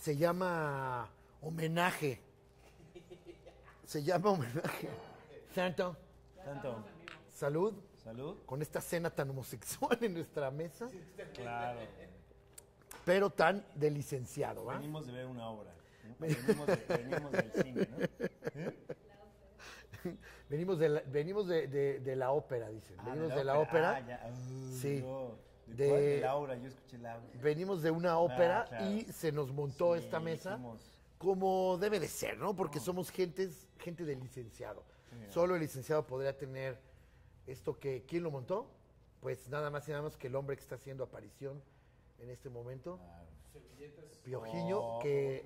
se llama homenaje. Se llama homenaje. Santo, Santo, salud salud. con esta cena tan homosexual en nuestra mesa, Claro. pero tan de licenciado, ¿va? Venimos de ver una obra. ¿no? Venimos, de- venimos del cine, ¿no? Venimos de la, venimos de, de- de la ópera, dicen. Ah, Venimos de la ópera. Ah, ya. Uh, Sí. no. ¿De, De- cuál? de la obra, yo escuché la obra. Venimos de una ópera Ah, claro. y se nos montó Sí, esta mesa hicimos- como debe de ser, ¿no? Porque Ah. somos gentes, gente de licenciado. Solo el licenciado podría tener esto que... ¿Quién lo montó? Pues nada más y nada menos que el hombre que está haciendo aparición en este momento. Piojiño, Ah. Oh. que...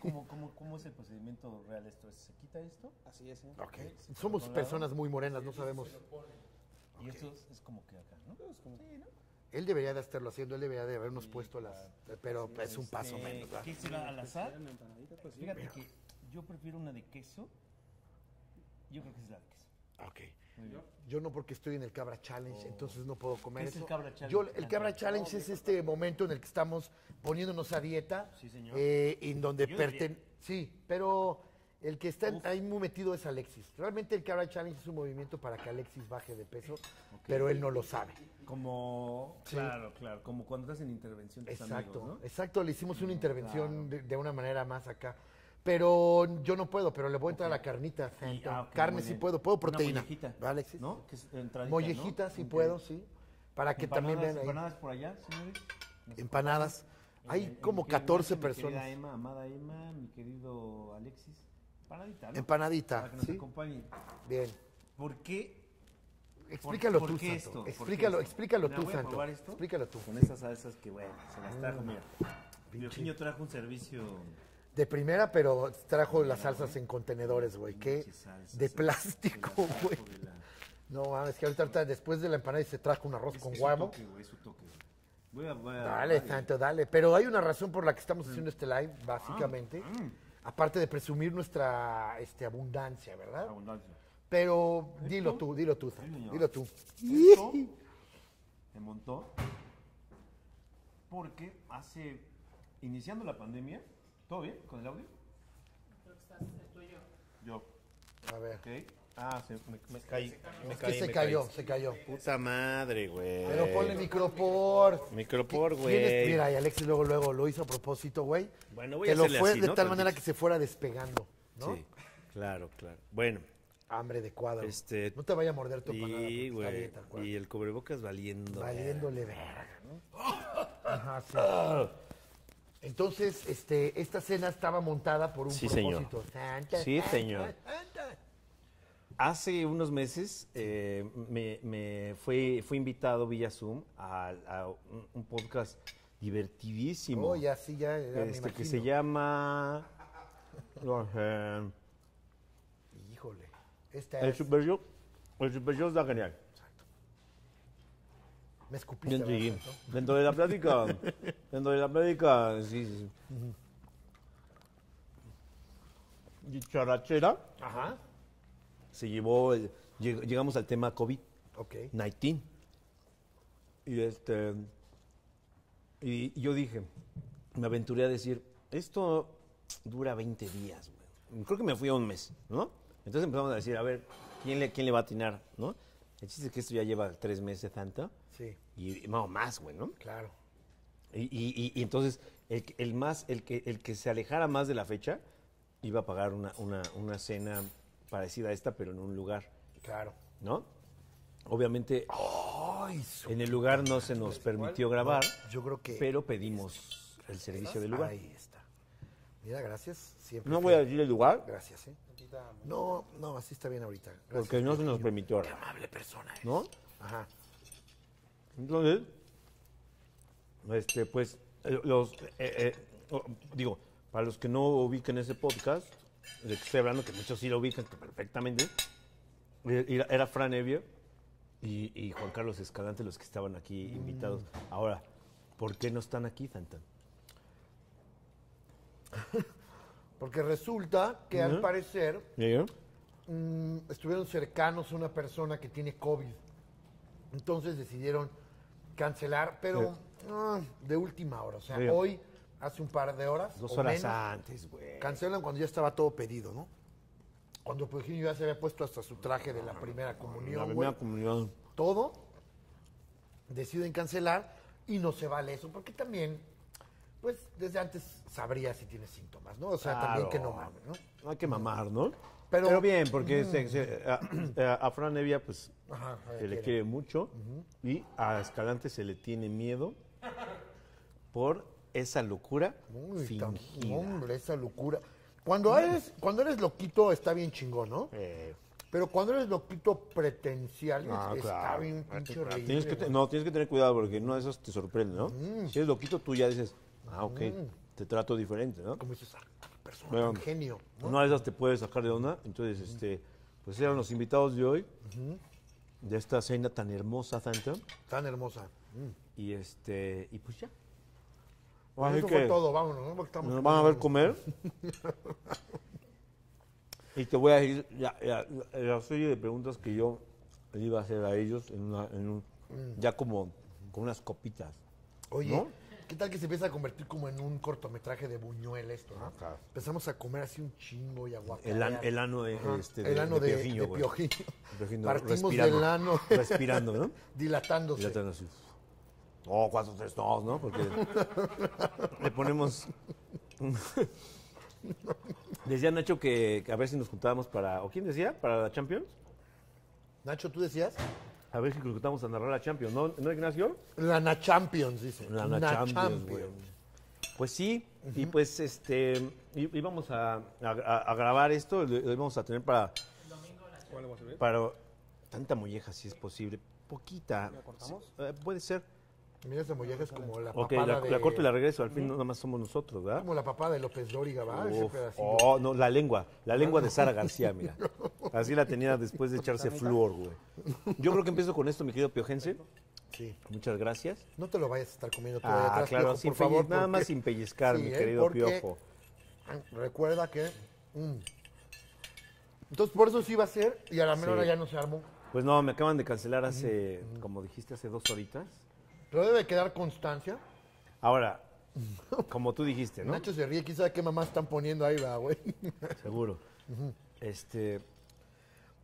¿Cómo, cómo, ¿Cómo es el procedimiento real esto? ¿Se quita esto? Así es, ¿eh? ok, Sí, se Somos lo colgaron. personas muy morenas, no sabemos. Y esto es, es como que acá, ¿no? Es como- Él debería de estarlo haciendo, él debería de habernos puesto las... Pero es un paso Este, menos. ¿verdad? ¿Qué será al azar? Una empanadita, pues sí. Fíjate que yo prefiero una de queso. Yo creo que es la de queso. Ok. Yo no porque estoy en el Cabra Challenge, entonces no puedo comer ¿Qué es el eso. Cabra Challenge? Yo, el Cabra Challenge es este momento en el que estamos poniéndonos a dieta. Sí, señor. eh, en donde Yo diría- pertenece. Sí, pero el que está en- ahí muy metido es Alexis. Realmente el Cabra Challenge es un movimiento para que Alexis baje de peso, pero él no lo sabe. Como, claro, claro, como cuando estás en intervención de Exacto, amigos, ¿no? Mm, exacto, le hicimos una intervención de, de una manera más acá. Pero yo no puedo, pero le voy a entrar a la carnita. Y- santo. ah, ok, Carne muy sí bien. puedo, puedo Una proteína. mollejita, ¿Va, Alexis? ¿no? Que es entradita, Mollejitas, ¿no? si Ok. puedo, sí. Para que también Empanadas- vean ahí. Empanadas por allá, señores. Empanadas. Hay En- como en- en- 14 mi personas. Querida Emma, amada Emma, mi querido Alexis. Empanadita, ¿no? Para Empanadita, que nos ¿sí? acompañen. Bien. ¿Por qué? Explícalo por tú, qué Santo. esto? ¿Por Explícalo, qué esto? explícalo Mira, tú, voy a Santo. probar esto. Explícalo tú. Con esas salsas que, bueno, se las Mm. trajo, mira. Piojiño trajo un servicio. De primera, pero trajo las salsas en contenedores, güey. ¿Qué? Pinches salsas, De sí. plástico, Del saco, güey. de la- No mames, que ahorita, ahorita después de la empanada se trajo un arroz Es- con es su huevo. toque, güey, es su toque, güey. Voy a- voy a- Dale, voy a- Santo, dale. Pero hay una razón por la que Mm. estamos haciendo este live, básicamente. Ah, Aparte de presumir nuestra este, abundancia, ¿verdad? Abundancia. Pero dilo tú, dilo tú, Santo, señor. dilo tú. Esto se montó porque hace, iniciando la pandemia, ¿todo bien con el audio? Yo. A ver. Ok. Ah, se, me, me caí. Me Es que se cayó, se cayó. Puta madre, güey. Pero ponle micropor. Micropor, Tienes- güey. Mira, y Alexis luego, luego lo hizo a propósito, güey. Bueno, voy Te a lo hacerle fue así, de ¿no? tal Tantito. manera que se fuera despegando, ¿no? Sí, claro, claro. Bueno, Hambre de cuadro. Este- No te vaya a morder tu empanada. porque y, pues, está güey, bien, tal cual. y el cubrebocas valiendo. Valiéndole verga, ¿no? Ajá, sí. Entonces, este, esta cena estaba montada por un Sí, señor. propósito. Santa, Sí, santa, señor. santa. Hace unos meses eh, me, me fue, fue invitado vía Zoom a, a un, un podcast divertidísimo. Oh, ya, sí, ya, ya me este, que imagino. se llama... eh, Híjole. Esta el es... Super Show. El Super Show está genial. Me escupiste, Dentro, ¿verdad, y- Santo? dentro de la plática, dentro de la plática, sí, sí, sí. Dicharachera, Ajá. se llevó, el- lleg- llegamos al tema COVID-19. Ok. Y este, y yo dije, me aventuré a decir, esto dura 20 días, güey. Creo que me fui a un mes, ¿no? Entonces empezamos a decir, a ver, ¿quién le, quién le va a atinar, no? El chiste es que esto ya lleva tres meses, tanto. Sí, Y no, más, güey, ¿no? claro. Y, y- y- y entonces, el, que- el más, el, que, el que se alejara más de la fecha iba a pagar una, una, una cena parecida a esta, pero en un lugar, Claro. ¿no? Obviamente, en el lugar no se nos permitió grabar, Yo creo que. pero pedimos el servicio del lugar. Ahí está. Mira, gracias. Siempre. No fui- voy a decir el lugar Gracias, ¿eh? No, no, así está bien ahorita. Gracias. porque no se nos permitió, Qué amable persona es. ¿no? Ajá. Entonces, este, pues, eh, los, eh, eh, oh, digo, para los que no ubiquen ese podcast, de que estoy hablando, que muchos sí lo ubican que perfectamente, eh, era, era Fran Evia y, y Juan Carlos Escalante los que estaban aquí invitados. Mm. Ahora, ¿por qué no están aquí, Santan? Porque resulta que al Ujú. parecer mm, estuvieron cercanos a una persona que tiene COVID. Entonces decidieron cancelar, pero ah, de última hora. O sea, Sí. hoy hace un par de horas. Dos o horas menos. antes, güey. Cancelan cuando ya estaba todo pedido, ¿no? Cuando pues, Eugenio ya se había puesto hasta su traje de la primera Ah, La comunión, güey. primera comunión. Todo. Deciden cancelar y no se vale eso, porque también, pues, desde antes sabría si tienes síntomas, ¿no? O sea, también Claro. que no mames, ¿no? Hay que mamar, ¿no? Pero- mm. Pero, bien, porque se- se- a, a Fran Evia, pues, Ajá, a ver, se le quiere. quiere mucho. Y a Escalante se le tiene miedo por esa locura Uy, tan- fingida. hombre, esa locura. Cuando eres, cuando eres loquito está bien chingón, ¿no? Eh, Pero cuando eres loquito pretencial, ah, está claro. bien pinche Ah, horrible, tienes que te- güey. Mm. No, tienes que tener cuidado porque no de esas te sorprende, ¿no? Si eres loquito, tú ya dices, ah, ok, te trato diferente, ¿no? Como dices, ah, persona, Bueno, tan genio. ¿no? Una de esas te puede sacar de onda. Entonces, este, pues eran los invitados de hoy, de esta cena tan hermosa, Santa. Tan hermosa. Mm. Y este, y pues ya. Pues Así eso fue que todo, vámonos. ¿no? Porque estamos nos van a ver comer. y te voy a decir la, la- la- la serie de preguntas que yo le iba a hacer a ellos en una, en un, Mm. ya como con unas copitas. Oye, ¿no? ¿qué tal que se empieza a convertir como en un cortometraje de Buñuel esto, no? Ah, claro. Empezamos a comer así un chingo y aguacate. El, an- el ano de, este, de- el ano de, Piojiño, de güey. Piojiño. Piojiño, Partimos respirando, del ano. Respirando, ¿no? dilatándose. Y la traen Pues así. No, cuatro, tres, dos, ¿no? Porque le ponemos. Decía Nacho que que a ver si nos juntábamos para. ¿O quién decía? ¿Para la Champions? Nacho, ¿tú decías? A ver si nos juntábamos a narrar la Champions, ¿no, ¿No, Ignacio? Lana Champions, dice. La, la Champions. güey. Pues sí, y pues este. í- Íbamos a, a- a- a grabar esto, lo, lo íbamos a tener para. ¿Cuál le voy a servir? para tanta molleja, si es posible. Poquita. cortamos? Eh, puede ser. Mira, esa molleja es como la Ok, papada la, de... la corto y la regreso, al fin nada más somos nosotros, ¿verdad? Como la papada de López Dóriga, ¿va? Ese Uf, pedacito. oh, no, la lengua, la lengua de Sara García, mira. Así la tenía después de echarse flúor, güey. Yo creo que empiezo con esto, mi querido Piojense. Sí. Muchas gracias. No te lo vayas a estar comiendo todo de Ah, atrás, claro, Piojo, sin por favor. pelle- nada porque- más sin pellizcar, Sí, mi ¿eh? querido Porque- Piojo. Recuerda que... mm. Entonces, por eso sí iba a ser y a la menor Sí. hora ya no se armó. Pues no, me acaban de cancelar hace, como dijiste, hace dos horitas. Pero debe quedar constancia. Ahora, como tú dijiste, ¿no? Nacho se ríe, quién sabe qué mamá están poniendo ahí, va, güey. Seguro. Este,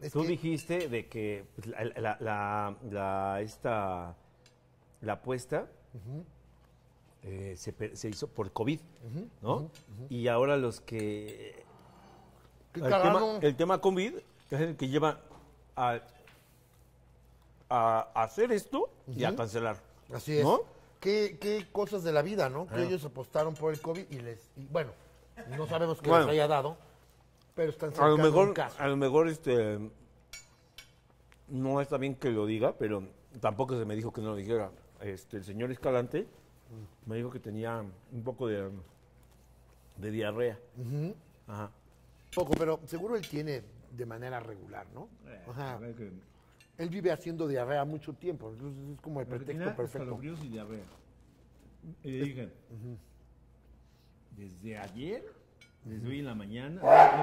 Es Tú que- dijiste de que pues, la, la- la- la- esta, la apuesta eh, se, per- se hizo por COVID, ¿no? Y ahora los que... qué el, tema, cagado. el tema COVID es el que lleva a, a hacer esto y a cancelar. Así es. ¿no? ¿Qué, qué cosas de la vida, ¿no? Que ellos apostaron por el COVID y les... y bueno, no sabemos qué Bueno. les haya dado, pero están A lo cercando un mejor, caso. a lo mejor este, no está bien que lo diga, pero tampoco se me dijo que no lo dijera. Este, el señor Escalante me dijo que tenía un poco de, de diarrea. Ajá. Poco, pero seguro él tiene de manera regular, ¿no? Eh, Ajá. Él vive haciendo diarrea mucho tiempo, entonces es como el pretexto perfecto. Escalofríos y diarrea. Y le dije, desde ayer, desde hoy en la mañana,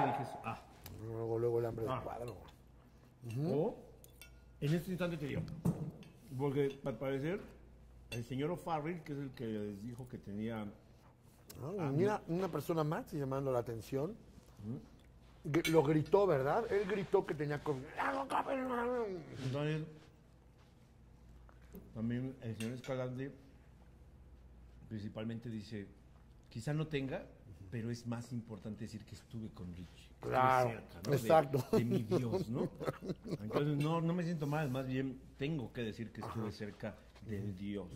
le dije eso. Ah, Luego, luego el hambre del Ah. cuadro. ¿Mm? o en este instante te dio. Porque al parecer, el señor O'Farrill, que es el que les dijo que tenía ¿no? Mira, una persona más llamando la atención. Gr- Lo gritó, ¿verdad? Él gritó que tenía COVID. Entonces, también el señor Escalante principalmente dice, quizá no tenga, pero es más importante decir que estuve con Richie. que estuve Claro, De- exacto. De, mi Dios, ¿no? Entonces, no, no me siento mal, más bien tengo que decir que estuve cerca del Dios.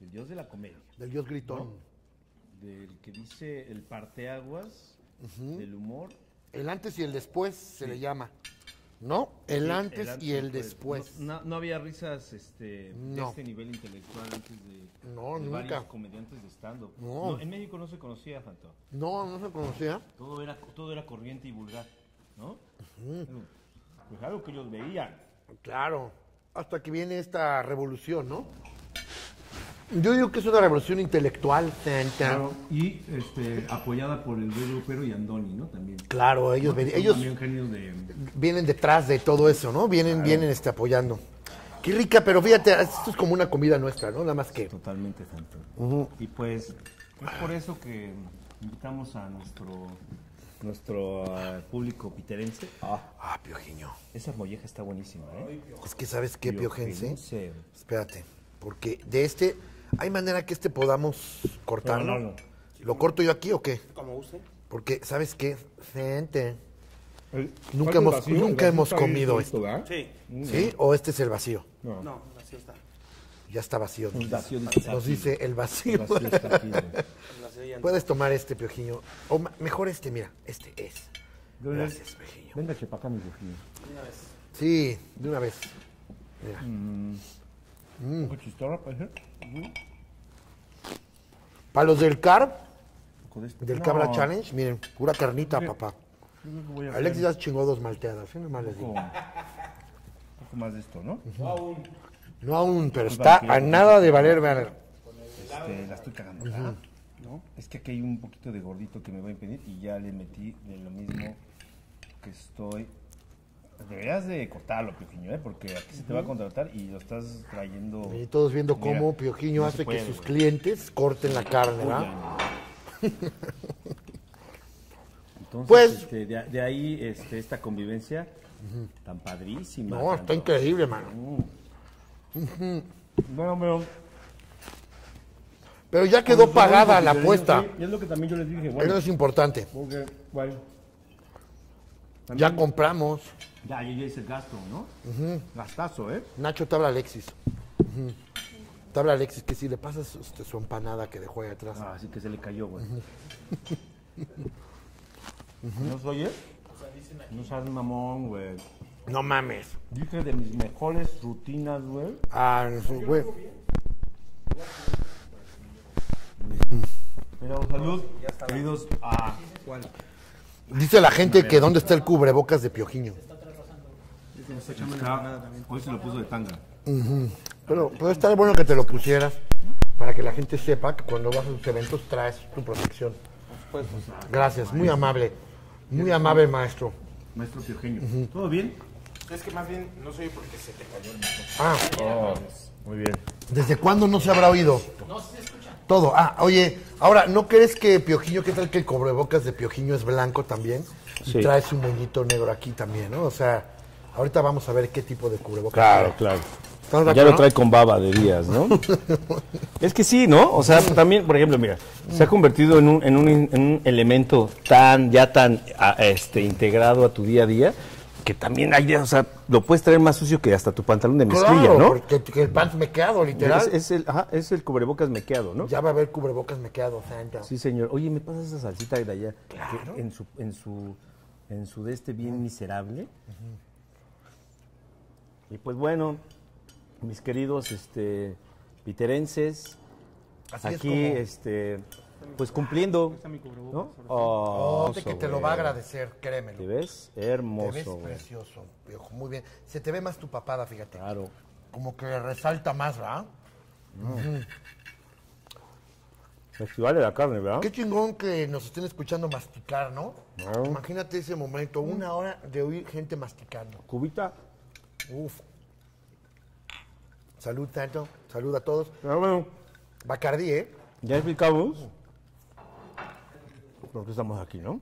El Dios de la comedia, Del dios gritón. del que dice el parteaguas del humor. El antes y el después se le llama. ¿No? El antes y el pues, después. No, no- no había risas este, No. de este nivel intelectual antes de, No, de nunca. varios comediantes de stand-up. No. en México no se conocía tanto. No, no se conocía. Todo era, todo era corriente y vulgar, ¿no? Pues algo que ellos veían. Claro. Hasta que viene esta revolución, ¿no? Yo digo que es una revolución intelectual. Tan, tan. Y este, apoyada por el Bello Pero y Andoni, ¿no? También. Claro, ellos, ven- Son ellos También genios de... vienen detrás de todo eso, ¿no? Vienen, vienen este, apoyando. Qué rica, pero fíjate, esto es como una comida nuestra, ¿no? Nada más que. Totalmente santo. Y pues, Es por eso que invitamos a nuestro nuestro ah, público piterense. Ah, Piojiño. Esa molleja está buenísima, ¿eh? Es que sabes qué, Piojense. Piojense. Espérate, porque de este, ¿hay manera que este podamos cortarlo? No, no, no. ¿Lo corto yo aquí o qué? Como guste. Porque, ¿sabes qué? Gente. El- Nunca ¿cuál hemos- es el El nunca hemos está bien comido bonito, Mm. esto. ¿verdad? Sí. ¿Sí? ¿O este es el vacío? No. No, así está. Ya está vacío. El vacío dice, está Nos aquí. dice el El vacío. vacío pues, está aquí, güey. Así ya no. Puedes tomar este, Piojiño. O ma- mejor este, mira. Este es. Yo- Gracias, Piojiño. Venga, que pa' acá, mi Piojiño. De una vez. Sí, de una vez. Mira. Mm. Ojo, chistorra, parece. Para los del CARB, Con este- del No, Cabra Challenge, miren, pura carnita, papá. yo creo que voy a hacer Alexis ya se chingó dos malteadas, ¿eh? Nomás les un poco, digo. un poco más de esto, ¿no? No aún, pero Pues está a nada de valer, valer. Este, la estoy cagando, ¿verdad? ¿No? Es que aquí hay un poquito de gordito que me va a impedir y ya le metí de lo mismo que estoy. Deberías de cortarlo, Piojiño, ¿eh? Porque aquí se te va a contratar y lo estás trayendo. Y todos viendo cómo Mira, Piojiño no se hace puede, que sus güey. clientes ¿Ah? corten la carne, ¿verdad? Entonces, Pues- este, de, de ahí este, esta convivencia tan padrísima. No, tan- está increíble, mano. Bueno, pero- pues, Pero ya quedó pagada la Sí, apuesta. sí, Y es lo que también yo les dije, bueno, Eso es importante. porque, bueno, Ya compramos. ya, yo ya hice el gasto, ¿no? Gastazo, ¿eh? Nacho te habla Alexis. Ujú. Te habla Alexis que si le pasas este, su empanada que dejó ahí atrás. Ah, así que se le cayó, güey. ¿No se oye? No seas mamón, güey. No mames. Dije de mis mejores rutinas, güey. Ah, eso, güey. Pero salud, queridos. Ah, Dice la gente que dónde está el cubrebocas de Piojiño. está- hoy se lo puso de tanga. Pero puede estar bueno que te lo pusieras para que la gente sepa que cuando vas a sus eventos traes tu protección. Gracias, muy amable. Muy amable, maestro. Maestro Piojeño. ¿Todo bien? Es que más bien no soy porque se te cayó. Ah, Muy bien. ¿desde cuándo no se habrá oído? No se escucha. Todo. Ah, oye, ahora, ¿no crees que Piojiño, qué tal que el cubrebocas de Piojiño es blanco también? Y Sí. traes un moñito negro aquí también, ¿no? O sea, ahorita vamos a ver qué tipo de cubrebocas. Claro, trae. claro. ¿Estás de Ya lo acuerdo? trae con baba de días, ¿no? es que sí, ¿no? O sea, también, por ejemplo, mira, se ha convertido en un, en un, en un elemento tan, ya tan a- este, integrado a tu día a día, que también hay días, o sea, lo puedes traer más sucio que hasta tu pantalón de Claro, mezclilla, ¿no? porque que el pants mequeado, literal. Es, es el, ajá, es el cubrebocas mequeado, ¿no? Ya va a haber cubrebocas mequeado, Santa. Sí, señor. Oye, ¿me pasas esa salsita de allá? Que en su, en su, en su de este bien miserable. Y pues bueno, mis queridos este piterenses, Así es aquí como- este pues cumpliendo, ¿no? Oh, Note que te lo va a sobre. agradecer, ¿Te créemelo. ves? Te ves pues. Hermoso, güey. precioso, piojo, muy bien. Se te ve más tu papada, fíjate. Claro. Como que resalta más, ¿verdad? Festival de la carne, ¿verdad? Qué chingón que nos estén escuchando masticar, ¿no? Imagínate ese momento, una hora de oír gente masticando. Cubita. Uf. Salud, tanto. Salud a todos. Pero bueno, Bacardí, ¿eh? ya explicamos por qué estamos aquí, ¿no?